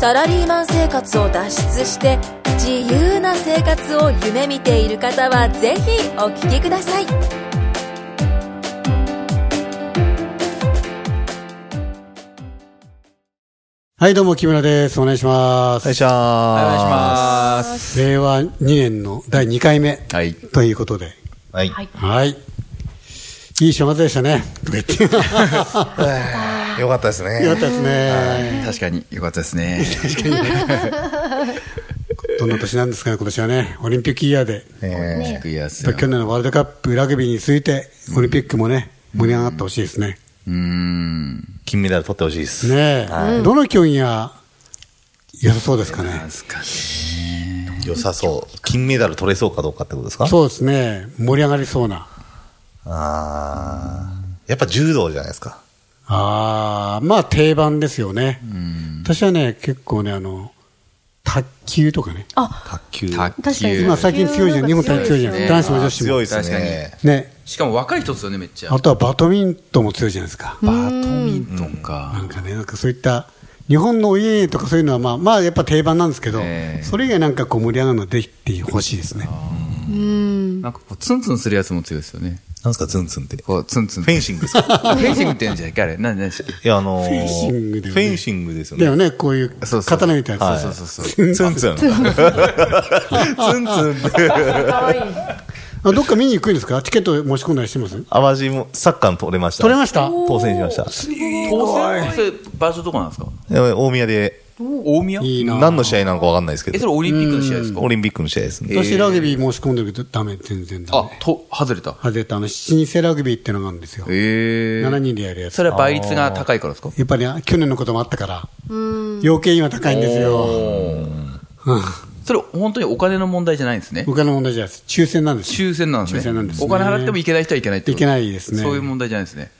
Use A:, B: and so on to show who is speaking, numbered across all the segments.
A: サラリーマン生活を脱出して自由な生活を夢見ている方はぜひお聞きください
B: はい、どうも、木村です。お願いします。
C: お願いします。
D: お願いします。
B: 令和2年の第2回目
C: はい。
B: ということで。
C: はい。
B: はい。いい正月でしたね。とか言って。よか
D: よかったですね。
B: ったですね。
C: 確かに良かったですね。
B: どんな年なんですかね、今年はね。オリンピックイヤーで。
D: え
C: クリアす
B: 去
C: よ。
B: 年のワールドカップラグビーについて、オリンピックもね、盛り上がってほしいですね。
C: うーん。
D: ー金メダル取ってほしいです。
B: ねえ。どの競技が良さそうですかね
C: な。んすかね。
D: 良さそう。金メダル取れそうかどうかってことですかう。
B: そうですね。盛り上がりそうな。
D: あーやっぱ柔道じゃないですか。
B: あーまあ定番ですよね、私はね、結構ね、あの卓球とかね、
D: 卓球。
C: 卓
E: 確かに
C: 球。
B: 今、最近強いじゃん、日本体育強いじゃん、
C: 強いですね
B: 男子も女子
D: 強
B: も
D: い、ですね。
B: ね、
F: しかも若い人ですよね、めっちゃ。
B: あとはバドミントンも強いじゃないですか、
C: バドミントン
B: な
C: か。
B: んかね、なんかそういった、日本のお家とかそういうのは、まあ、まあやっぱ定番なんですけど、
C: ええ
B: それ以外なんかこう盛り上がるのできてほしいですね、
C: うん。
F: なんかこう、ツンツンするやつも強いですよね。
D: なんですか、ズンズンって。フ
F: こう、ツンツン。
D: ェンシングです か
F: フェンシングって言うんじゃないっけあれ。な、な、そう
D: いや、あのー、
B: フェンシングだよね
D: フェンシングですよ
B: だよ
D: ね。
B: ね、こういう
F: そうそう
B: 刀みたいなやつ、
F: そうそうそう。
D: ツンツン。ツンツンって。
B: あどっか見に行くんですか、チケット申し込んだりしてます
D: あ、私もサッカーの取れました。
B: 取れました
D: 当選しました。
F: 当選それ、場所どこなんですか
D: でも大宮で、
F: 大宮
B: いいな、
D: 何の試合なのかわかんないですけ
F: え、それ
D: ど、
F: オリンピックの試合ですか
D: オリンピックの試合ですね。
B: 私、ラグビー申し込んでるけど、だめ、全然だ
F: あ
B: め。、
F: と、外れた。
B: 外れたあの老舗ラグビーってのがあるんですよ、
F: え
B: 7
F: え。
B: 人でやるやつ、
F: それは倍率が高いからですか
B: やっぱり、ね、去年のこともあったから、余計今高いんですよ、
F: それ、本当にお金の問題じゃないんですね
B: お。金も同じです、抽選なんです、
F: 抽選なんですね。
B: 抽選なんですね
F: お金払ってもいけない人はいけないって
B: い
F: こと
B: けないですね
F: そういう問題じゃないですね。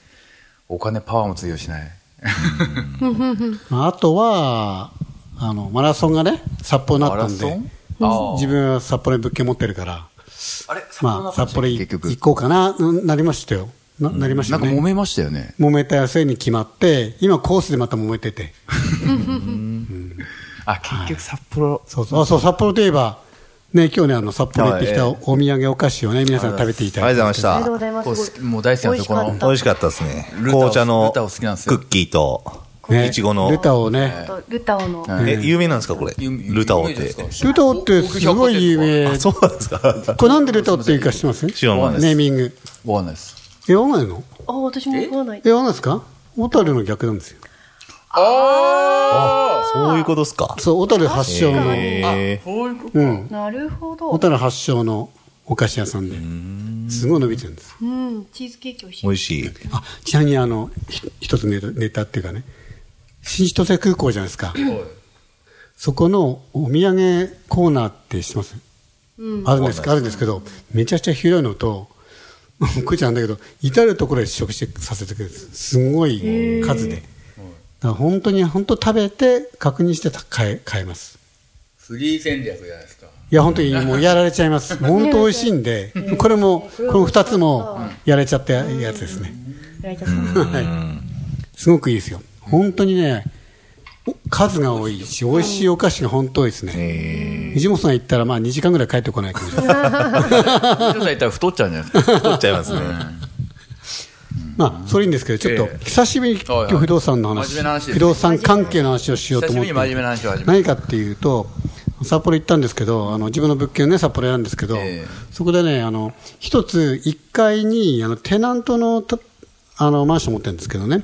F: お金パワーも通用しない。
B: まあ、あとはあの、マラソンがね、札幌になったん
F: マラ
B: で
F: ソンああ、
B: 自分は札幌に物件持ってるから、
F: あれ
B: まあ、札幌
F: 結局
B: 行こうかな、うんなりましたよ、ななりまし
F: な
B: た
F: んか揉
B: ね。
F: めましたよね。
B: 揉めたやつに決まって、今、コースでまた揉めてて、
F: あ、結局札幌。
B: そうそうあそう札幌といえば、ね今日ねあの札幌行ってきたおお土産お菓子をね、皆さん食べていた
D: あ
B: だい
D: り
B: て、
D: がとうございました。
E: ざいま
F: こう好きもう大好きなんですよ、この。
D: 美味しかったですね。
F: ルタオ
D: 紅茶の
F: ル
D: ク
F: タオ好きなんですよ
D: ッキーと、
B: ね
D: いちごの。
B: ルタオをね、
E: ルタオの。
D: え、有名なんですか、これ。
F: 有
D: ルタオっ
F: 有名
D: て
F: じゃない。ですか
B: ルタオってすごい有名
D: あ、そうなんですか。
B: これなんでルタオっていうか知ってます
D: 知らないです
B: ネーミング。
F: わかんないです。
B: え、わかんないの
E: あ、私もわからない。
B: え、わかんないですか小樽の逆なんですよ。
D: そういうことですか。
B: そう、小樽発祥の、
D: へー
B: うん。
E: なるほ
B: 小
E: ど。
B: 樽発祥のお菓子屋さんで、すごい伸びてるんです。
E: うん、チーズケーキ美味しい
D: 美。味しい。
B: あ、ちなみにあの、ひ一つネタネタっていうかね、新千歳空港じゃないですか。そこのお土産コーナーって知ってますあるんですかあるんですけど、めちゃくちゃ広いのと、 こいちゃなんだけど、至る所で試食してさせてくれるんです。すごい数で。だから本当に、本当食べて、確認して買え、買えます。
F: スリー戦略じゃないですか。
B: いや、本当にもうやられちゃいます。本当美味しいんで、これも、この二つもやれちゃったやつですね。
E: ライターさん
B: すごくいいですよ。本当にね、お数が多いし、美味しいお菓子が本当多いですね。藤本さん行ったら、まあ2時間ぐらい帰ってこないかもしれない。
F: 藤野さんいったら太っちゃうんじゃな いですか。
D: 取っちゃいますね。
B: まあ、それいいんですけど、ちょっ
F: え
B: と、久しぶりに今日不動産の話
F: 真面目な話、ですね
B: 不動産関係の話をしよう
F: 久
B: と
F: し
B: 思
F: ぶ
B: っ
F: り
B: て
F: に。真面目な話を始める。
B: 何かっていうと、札幌行ったんですけど、あの自分の物件をね、札幌選んですけど、
F: ええ
B: そこでね、あの一つ、1階にあのテナントのたあのマンション持ってるんですけどね、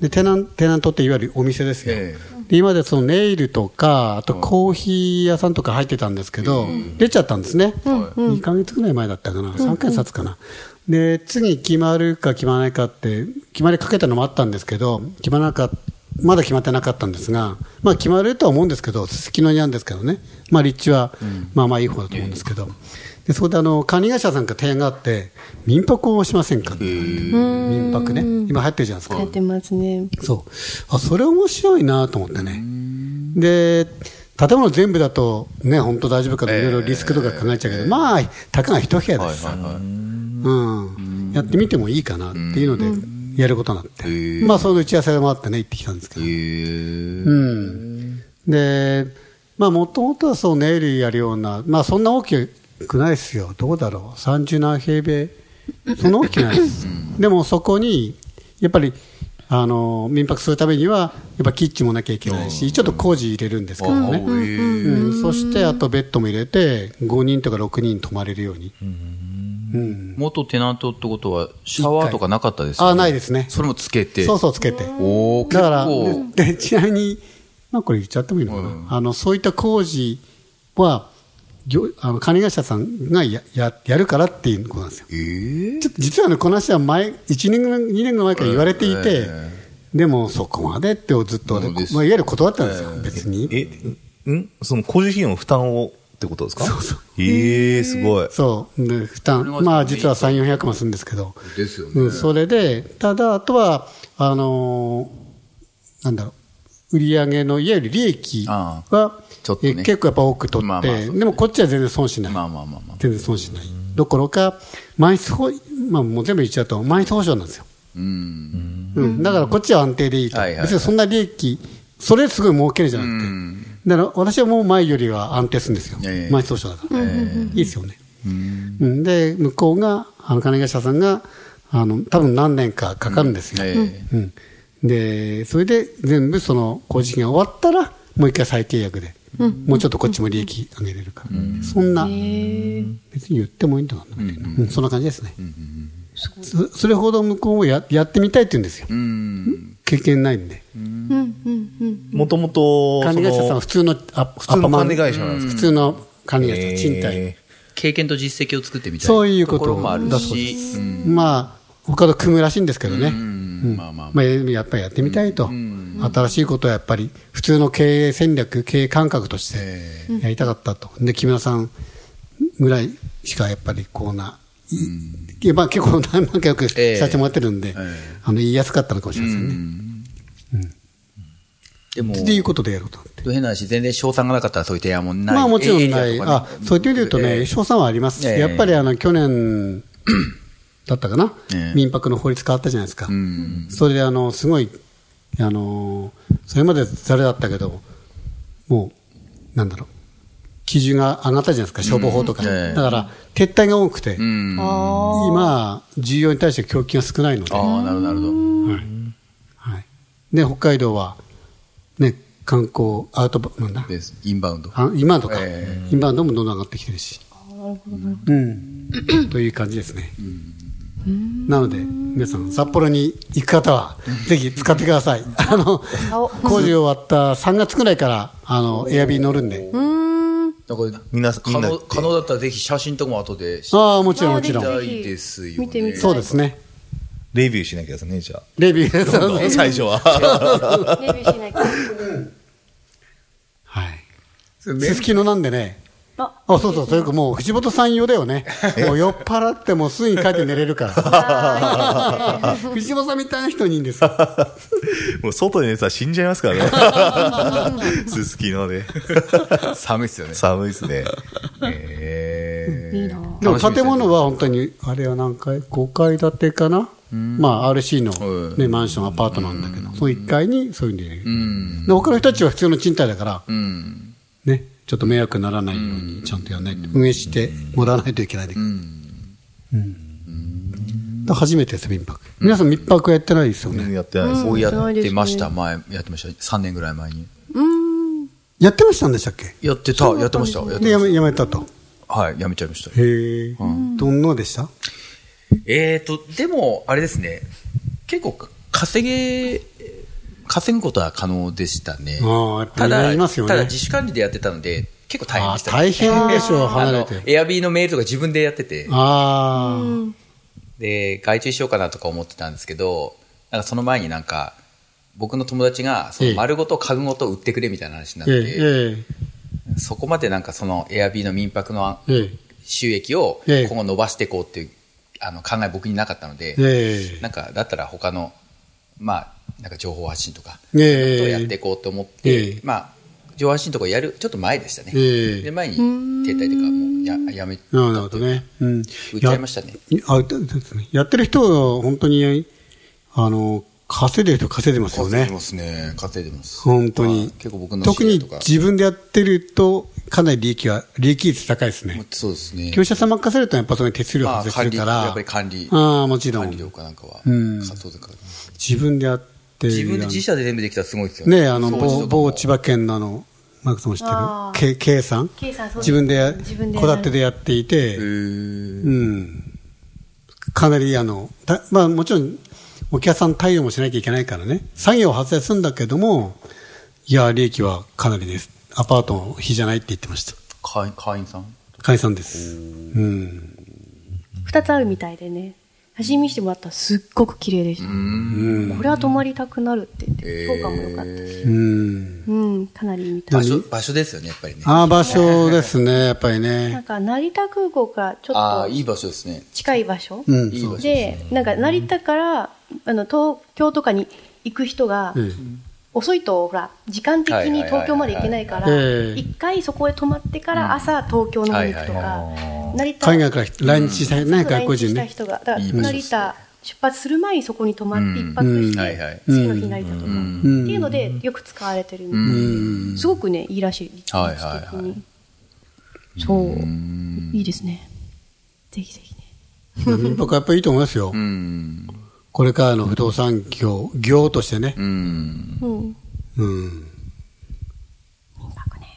B: でテナン、テナントっていわゆるお店ですよ、
F: え
B: で今までそのネイルとか、あとコーヒー屋さんとか入ってたんですけど、出ちゃったんですね、2ヶ月ぐらい前だったかな、3ヶ月経つかな。で次決まるか決まらないかって決まりかけたのもあったんですけど決まらなかっまだ決まってなかったんですが、まあ、決まるとは思うんですけど、すすきのになんですけどね、まあ、立地は、まあまあいい方だと思うんですけど、でそこであの管理会社さんから提案があって、民泊をしませんかって民泊ね、今、流行ってるじゃないですか。
E: やってますね。
B: そう。あ、それ面白いなと思ってね。で、建物全部だとね、本当大丈夫かといろいろリスクとか考えちゃうけど、まあ、たかが一部屋ですさ、うん。やってみてもいいかなっていうので、やることになって。まあ、その打ち合わせもあってね、行ってきたんですけど。うん。で、まあ、もともとはそう、ネイルやるような、まあ、そんな大きくないですよ。どうだろう。37平米。そんな大きくない です。でも、そこに、やっぱり、あの、民泊するためには、やっぱキッチンもなきゃいけないし、ちょっと工事入れるんですけどね。うんそして、あとベッドも入れて、5人とか6人泊まれるように。うん。
F: 元テナントってことは、シャワーとかなかったですよね
B: あ、ないですね。
F: それもつけて。
B: そうそう、つけて。
F: おお、結
B: だから
F: 構。、
B: でちなみに、まあ、これ言っちゃってもいいのかな、あのそういった工事は、業あの管理会社さんがやややるからっていうことなんですよ。ちょっと実はね、この話は前1年ぐらい、2年ぐらい前から言われていて、でもそこまでってずっと、
F: そうです
B: まあ、いわゆる断ったんですよ、別に。
D: え、んその工事費用の負担をってことですかそうそう。ええすごい。
B: そう、で負担、
F: は
B: まあ実は3、400万するんですけど、
F: ですよね
B: うん、それで、ただ、あとは、あのーなんだろう、売り上げのいわゆる利益は
F: あ、ちょっとね
B: え結構やっぱ多く取って、
F: まあまあそうですね
B: でもこっちは全然損しない、
F: まあまあまあまあ。
B: 全然損しない、どころか、毎日保、まあ、もう全部言っちゃうと、毎日保証なんですよ、
F: うん。
B: うん、だからこっちは安定でいいと、
F: はいはいはい
B: 別にそんな利益、それすごい儲けるじゃなくて、だから私はもう前よりは安定するんですよ、
F: ええ
B: 毎日投資だから、いいですよね。うんで、向こうが、あの金会社さんが、あの多分何年かかかるんですよ、
F: え
B: うんで、それで全部その工事期が終わったら、もう一回再契約で、もうちょっとこっちも利益上げれるから、そんな、別に言ってもいいんだな、うんそんな感じですね。そそれほど向こうもややってみたいって言うんですよ、
F: えうん。
B: 経験ないんで、
D: もともと、
B: 管理会社さんは普通のあ
D: 普通の管理会社なんですか
B: 普通の管理会社、賃貸、
D: え
F: 経験と実績を作ってみたい
B: そういう
F: な
B: こと
F: ころもある
B: だそうで
F: し。
B: す、
F: うん
B: まあ他と組むらしいんですけどね、
F: うんまあまあ
B: ま
F: ま
B: あ、やっぱりやってみたいと、新しいことはやっぱり普通の経営戦略、経営感覚としてやりたかったと、で木村さんぐらいしかやっぱりこうな、いまあ、結構何万かよくさせてもらってるんで、あの言いやすかったのかもしれませんね。
F: でも、
B: っていうことでやることなんで
F: 変な話、全然賞賛がなかったらそういう提案もない。
B: まあもちろんな
F: エ
B: い、
F: リアと
B: あ
F: かね
B: そういう点で言うと
F: え
B: ね、
F: え
B: 賞賛はあります、
F: ええ
B: やっぱりあの去年だったかな、
F: ええ
B: 民泊の法律変わったじゃないですか、それであのすごい、あのそれまでざれだったけど、もう、なんだろう、基準が上がったじゃないですか、消防法とか、
F: うんええ
B: だから撤退が多くて、
F: うん。あ
E: あ
B: 今、需要に対して供給が少ないので。
F: あ、なるほど、なるほど。
B: はいはい、で北海道は、ね、観光、アウトバなんだ、
F: です。インバウンド。
B: あインバウンドか、
F: え
B: インバウンドもどんどん上がってきてるし。うん、という感じですね。なので、皆さん、札幌に行く方は、ぜひ使ってください。 あの、工事終わった3月ぐらいから、あの、エアビー乗るんで。
F: だから
D: みんなみ
F: 可
D: んな
F: 能、可能だったらぜひ写真とかも後でし
B: ああ、もちろん、もちろ
E: まあ
B: ん。
F: たいですよね。
E: 見てみたい
B: そうですね。
D: ーレビューしなきゃですね、じゃ
B: レビュー、そうそう
D: あ。最初は。
E: あ、レビューしなきゃ。
B: はい。すすきのなんでね。
E: あ
B: あ、そうそう、それかもう、藤本さん用だよ ね。もう酔っ払って、もうすぐに帰って寝れる から。藤本さんみたいな人にいいんですよ。
D: もう外で寝てたら死んじゃいますから ね。すすきので。
F: 寒いっすよね。
D: 寒いですね。え
E: いいな。
B: でも建物は本当に、あれは何階 ?5 階建てかなまあ RC の、ね、マンション、アパートなんだけど、その1階にそういうの入れる。で、他の人たちは普通の賃貸だから、ね、ちょっと迷惑にならないようにちゃんとやらないと、運営してもらわないといけないんだけど。うんだから初めてです、民泊。皆さん民泊やってないですよ
D: え
B: ね。
D: やってないです
F: こうや
E: ない
F: っ
E: です
F: て
E: ね
F: ました、前、やってました。3年ぐらい前に。
B: やってましたんでしたっけ
F: やってた、やってました。やって
B: で、やめやめたと。
F: はい、やめちゃいました。
B: へえ。どんなでした
F: えーと、でも、あれですね、結構か、稼げ、稼ぐことは可能でしたね
B: あーやっ。ぱ
F: た
B: りや
F: だ、
B: りますよね
F: ただ自主管理でやってたので、結構大変
B: あ
F: でし
B: ー
F: た。
B: 大変でしょう、
F: あ
B: 離れ
F: の
B: て。、
F: エアビーのメールとか自分でやってて、
B: ああ。
F: で、外注しようかなとか思ってたんですけど、なんかその前になんか、僕の友達が、その
B: ええ
F: 丸ごと家具ごと売ってくれみたいな話になっ
B: ええ
F: て、
B: ええ
F: そこまでなんかそのエアビーの民泊の
B: ええ
F: 収益を
B: ええ
F: 今後伸ばしていこうっていうあの考え僕になかったので、
B: ええ
F: なんかだったら他の、まあ、なんか情報発信とか、
B: ええ
F: とやっていこうと思っ
B: え
F: て
B: え、
F: まあ、情報発信とかやる、ちょっと前でしたね。
B: ええ
F: で、前に停滞というか、もうややめ、
B: なるほどね。うん。
F: 売っちゃいましたね
B: や。あ、だですね。やってる人は本当に、あの、稼いでる人は稼いでますよ
F: 稼いで
B: ね。
F: ますね。稼いでます。
B: 本当に
F: まあ。結構僕の
B: 特
F: 知り合い
B: に
F: とか
B: 自分でやってると、かなり利益は、利益率高いですね。
F: そうですね。
B: 業者さん任せるとやっぱそれに手数料
F: まあ
B: 発生するから。
F: 管理やっぱり管理
B: ああ、もちろ
F: 管理料
B: ん。
F: かなんかは、
B: うん
F: かそうだから
B: 自分でやってる。
F: 自分で自社で全部できたらすごいですよね。
B: ねあの、
F: 掃除とか
B: 某
F: も
B: 某千葉県のあの、マークさんも知
E: あ
B: ってる、K さん
E: K さんそうです
B: 自分で
E: 自分、で
B: 戸建てでやっていて、うん。かなり、あの、だまあもちろん、お客さん対応もしなきゃいけないからね、作業発生するんだけども、いや、利益はかなりです。アパートの比じゃないって言ってました。
F: 会員会員さん
B: 解散です。うん。
E: 二つあるみたいでね。写真見せてもらったらすっごく綺麗でした。これは泊まりたくなるって言って、評価も良かったし。
B: うん。
E: うん、かなりみた
F: 場
E: い。
F: 所、場所ですよね、やっぱりね。あ
B: ああ、場所ですね、やっぱり
E: なん
B: ね。
E: か、成田空港からちょ
F: あー、
E: っ
F: いい場所ですね。
E: と近い場所
B: うん。
F: いい場所
E: で、なんか、成田から、あの、東京とかに行く人が
B: え、え
E: 遅いと、ほら、時間的に東京まで行けないから、
B: はいはいはいはいええ
E: 一回そこへ泊まってから朝東京の方に行くと
F: はい
E: か、成田
B: 海外から来日した、ね、外国人
E: 来日した
B: ね。
E: 人が、だから
F: いい場所
E: 成田出発する前にそこに泊まって
F: うん
E: 一泊して、
F: はいはい
E: 次の日成田とか、
F: うん。
B: うん
E: っていうのでよく使われてるみたいで、
B: うん
E: すごくねいいらしい立地的に、
F: はいはいは
E: そう、
F: ん
E: いいですねぜひぜひね
B: 民泊はやっぱりいいと思いますよ。
F: うん。
B: これからの不動産業、業としてね
F: う。ん。
E: うん
B: うん。
E: 民泊ね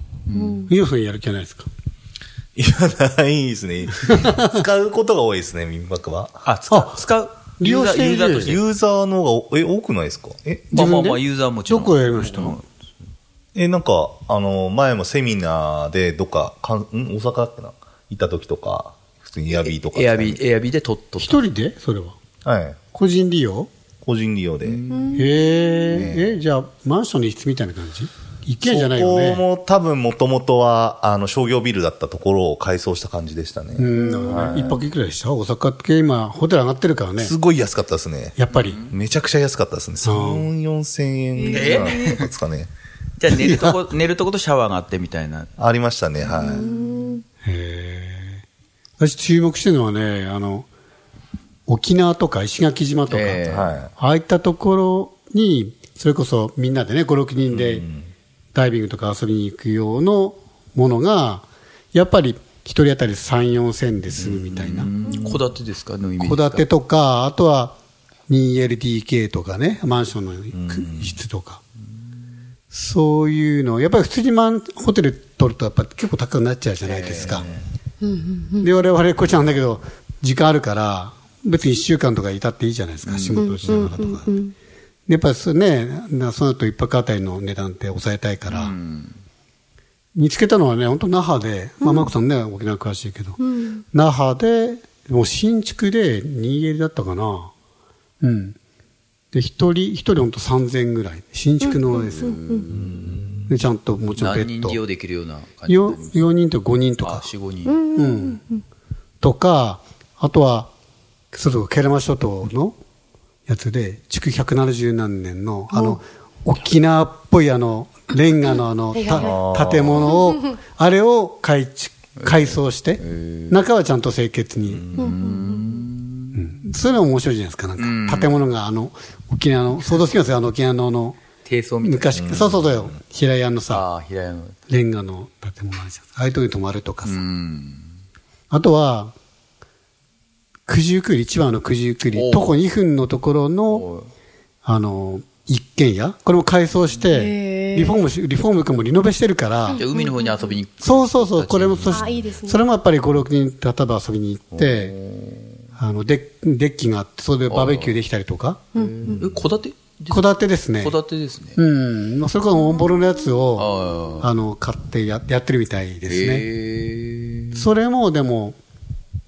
B: 伊代さんやる気じゃないですか。
D: いや、ないですね。使うことが多いですね、民泊は。
F: あ、使う、使う。
B: 利用している
F: ユーザーユーザーとして。
D: ユーザーの方が、え、多くないですかえ、
F: まあま
B: 自
F: あま
B: 分
F: あ、
B: で
F: ユーザーもちろん。
B: どこやりました
F: うん
D: え、なんか、あの、前もセミナーで、どっか、かんん大阪だっけな行った時とか、普通にエアビーとか。
F: エアビー、エアビーで取っとった。
B: 一人でそれは。
D: はい。
B: 個人利用
D: 個人利用で。
B: へえ。え、じゃあ、マンションの一室みたいな感じ一軒家じゃないよ
D: そこ
B: ね。
D: も多分もともとは、あの、商業ビルだったところを改装した感じでしたね。
B: うん、だからね一泊いくらでした大阪って今、ホテル上がってるからね。
D: すごい安かったですね。
B: やっぱり。
D: めちゃくちゃ安かったですね。3、4千円ぐらいだったですかね。
F: じゃあ寝るとこ、寝るとことシャワーがあってみたいな。
D: ありましたね、は
B: へ
D: い。
B: え。私注目してるのはね、あの、沖縄とか石垣島とか、
F: ええ
D: は
B: ああいったところに、それこそみんなでね、5、6人でダイビングとか遊びに行く用のものが、やっぱり一人当たり3、4千で済むみたいな。
F: 戸建てですかのイメージ
B: 戸
F: です
B: 建
F: か。
B: てとか、あとは 2LDK とかね、マンションの質とか。そういうの、やっぱり普通にマンホテル取るとやっぱ結構高くなっちゃうじゃないですか。で、我々こっちなんだけど、時間あるから、別に1週間とかいたっていいじゃないですか、仕事をしながらとか。でやっぱりそれね、なその後一泊あたりの値段って抑えたいから、見つけたのはね、本当那覇で、まあ、マークさんね、沖縄詳しいけど、那覇で、もう新築で 2L だったかな。うん。で、一人、一人本当3000円ぐらい。新築のですよ。で、ちゃんともちろんベ
F: 何
B: ッ
F: 人
B: ド。
F: 利用できるような感じにな
B: よ
F: ります
B: 4人とか5人と
F: あ
B: か。
F: 4、5人。
B: うん。とか、あとは、それこそケラマ諸島のやつで、築170何年の、あの、沖縄っぽいあの、レンガのあの、た建 物を、あれを改築、改装して、中はちゃんと清潔に。うんそういうのも面白いじゃないですか、なんか。建物があの、沖縄の、想像つきますよ、あの沖縄のあの、
F: 低層みたいな。
B: 昔、そうそうそうよ、平屋のさ、
F: ああ、平屋の。
B: レンガの建物あるじゃんああいうとこに泊まるとかさ
F: う。ん。
B: あとは、九十九里、千葉の九十九
F: お
B: 里、
F: う
B: 徒歩2分のところの、あの、一軒家これも改装して、リフォームし、リフォーム君もリノベしてるから、
F: じゃあ海の方に遊びに行く。
B: そうそうそう、これも、そし
E: あいいですね
B: それもやっぱり5、6人、例えば遊びに行って、あの、デッデッキがあって、それでバーベキューできたりとか、
F: え、戸建て
B: 戸建てですね。
F: 戸建てですね。
B: うん、まあそれこそオンボロのやつを、
F: あ
B: あの、買ってややってるみたいですね。
F: へえ。
B: それもでも、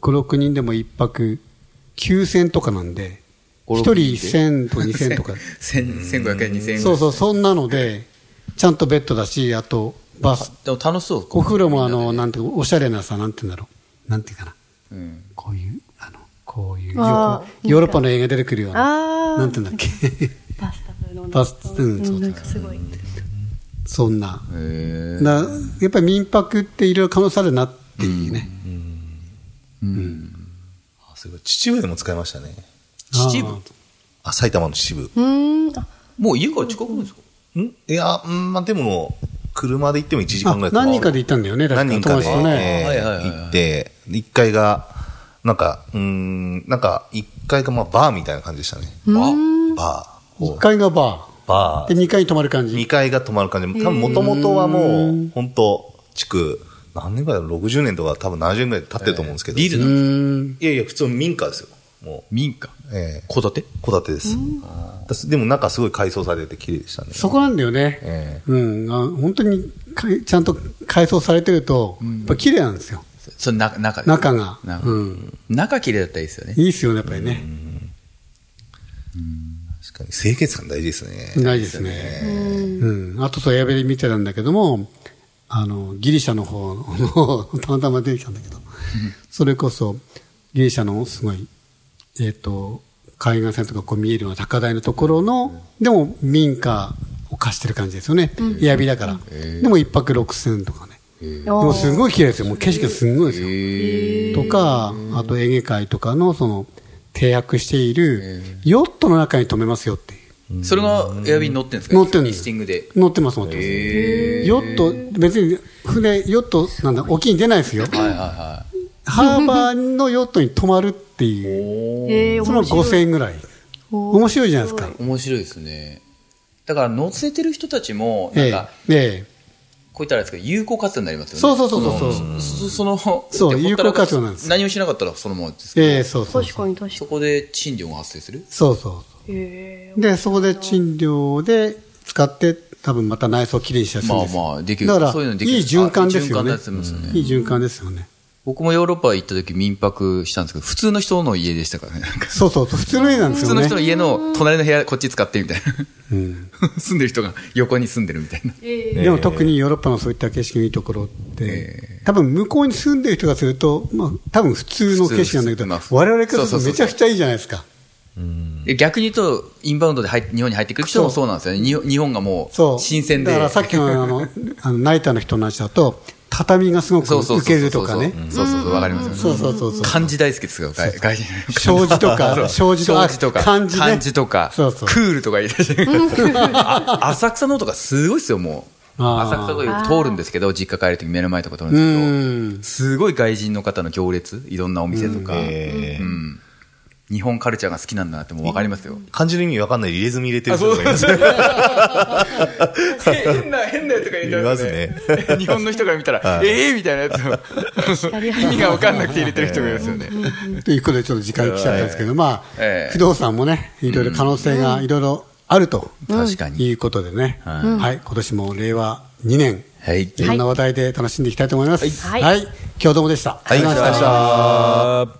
B: 5、6人でも1泊9000とかなんで、
F: 5、
B: 一
F: 6
B: 人
F: で
B: 1000と2000とか。
F: 1000 1500円、2000円。
B: そうそう、そんなので、ちゃんとベッドだし、あと、バス。
F: でも楽しそう。
B: お風呂もあの、なんていうかおしゃれなさ、なんていうんだろう。なんていうかな。
F: うん。
B: こういう、あの、こういう、よ
E: あー
B: くヨーロッパの映画出てくるような。
E: あー
B: なんていうんだっけ。
E: パスタ風の
B: パスうんそう
E: なんかすごい。
B: そんな。
F: へー
B: なやっぱり民泊っていろいろ可能性あるなっていうね。
D: あそういえば秩父でも使いましたね。
F: 秩
B: あー
F: 父
D: あ、埼玉の秩父。
E: うーん。あ
F: もう家から近くないですか
D: んいや、うんまあ、でも、車で行っても1時間ぐらい
B: あ何人かで行ったんだよね
D: 何人
B: 確か
D: か
B: 友達
D: で、
B: とね
D: えー
F: はいはいはいはい
D: 行って、1階が、なんか、うーん、なんか、1階がまあバーみたいな感じでしたね。
F: あ、
D: バー。
B: 1階がバー。
D: バ
B: で、
D: ー。
B: 2階に泊まる感じ。
D: 2階が泊まる感じ。多分、もともとはもう、本当築、何年ぐらいだろう ?60 年とか、多分70年ぐらい経ってると思うんですけど。
F: リーズ
B: う
F: ナブル。
B: ーん。
D: いやいや、普通の民家ですよ。もう。
F: 民家。
D: ええ
F: 戸建て
D: 戸建てです。だすでも中すごい改装されて綺麗でしたね。
B: そこなんだよね。
D: え
B: うん。あ本当にかい、ちゃんと改装されてると、やっぱ綺麗なんですよ。
F: そその中、中で
B: 中が。
F: 中
B: うん。
F: 中綺麗だったらいいですよね。
B: いいっすよね、やっぱりね。
D: 確かに清潔感大事ですね。
B: ないですね。うん。あと、そう、エアベリ見てたんだけども、あの、ギリシャの方の、たまたま出てきたんだけど、それこそ、ギリシャのすごい、えっ、と、海岸線とかこう見えるような高台のところの、でも民家を貸してる感じですよね。エアビだから。でも一泊六千とかね。でもすごい綺麗ですよ。もう景色がすごいですよ。とか、あとエーゲ海とかのその、停泊しているヨットの中に泊めますよっていう。
F: それがエアビーに乗ってんですか
B: 乗ってるん
F: リ
B: です
F: スティングで。
B: 乗ってます、乗ってます。ヨット、別に船、ヨット、なんだ、沖に出ないですよ。
F: はいはいは
B: ハーバーのヨットに泊まるって いう、
E: えー、
B: その
E: 面白い
B: 5000円ぐらい。
E: おー
B: 面白いじゃないですか。
F: い。面白いですね。だから乗せてる人たちも、な
B: え
F: ん
B: え
F: か、。
B: え
F: こういったらあれですけど、有効活用になりますよね。
B: そうそうそうそう
F: その、そその
B: そう
F: でほっ
B: 有
F: たら
B: 効活用なんです
F: 何もしなかったらそのままです
B: え。
F: けど
B: ええ、そうそう
E: 確
B: そう。
E: かに確か
F: そこで賃料が発生する
B: そうそうそ
E: に。え
B: う。で、そこで賃料で使って、多分また内装をきれいにしたりする
F: ま
B: ん
F: あ
B: ですよ
F: まあ、できる。
B: だから、
F: そういうのでき
B: い
F: る。
B: い循環ですよね。
F: あ循環になってますよね
B: いい循環ですよね。
F: 僕もヨーロッパ行った時民泊したんですけど、普通の人の家でしたからね。なんか
B: そうそう、普通の家なんです
F: 普通
B: よ
F: の
B: ね
F: 人。の家の隣の部屋こっち使ってみたいな。 住んでる人が横に住んでるみたいな。
B: でも特にヨーロッパのそういった景色のいいところって、多分向こうに住んでる人がすると、まあ、多分普通の景色なんだけど
F: 普通普、通
B: 我々からす
F: そ
B: る
F: う
B: と
F: そうそう
B: めちゃくちゃいいじゃないですか。
F: で逆に言うと、インバウンドで入って日本に入ってくる人もそうなんですよね。に日本がも
B: そう
F: う、新鮮で。
B: だからさっきのあの、 あのナイターの人の話だと、畳がすごく
F: そうそうそう
B: 受けるとかね。
F: そうそうそう、わかりますよね。
B: そうそうそうそう
F: 漢字大好きですよ、外外人。
B: 障子とか
F: そう
B: 障子とか
F: 障子とか、
B: 漢字ね
F: とか、
B: そうそう
F: クールとか言い出してあ浅草のとかすごいですよ、もう。
B: あー
F: 浅草とかよく通るんですけど、実家帰るとき目の前とか通るん
B: う
F: です
B: ん
F: けど、。すごい外人の方の行列、いろんなお店とか、
D: ええ
F: うん日本カルチャーが好きなんだなってもうわかりますよ。
D: 漢字の意味わかんない入れ墨入れてる人とかいますね。
F: 変な、変なやつがい
D: いますね。
F: 日本の人が見たら、ええみたいなやつを、 意味が分かんなくて入れてる人がいますよね。
B: ということでちょっと時間来ちゃったんですけど、まあ
F: え、え
B: 不動産もね、いろいろ可能性がいろいろあると
F: 確かに。
B: いうことでね、
F: は
B: はい、今年も令和2年、
F: はい。
B: いろんな話題で楽しんでいきたいと思います。
E: はい
B: はい。今日どうもでした。
D: はい、お疲れ様でした。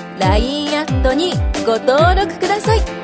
A: LINE アットにご登録ください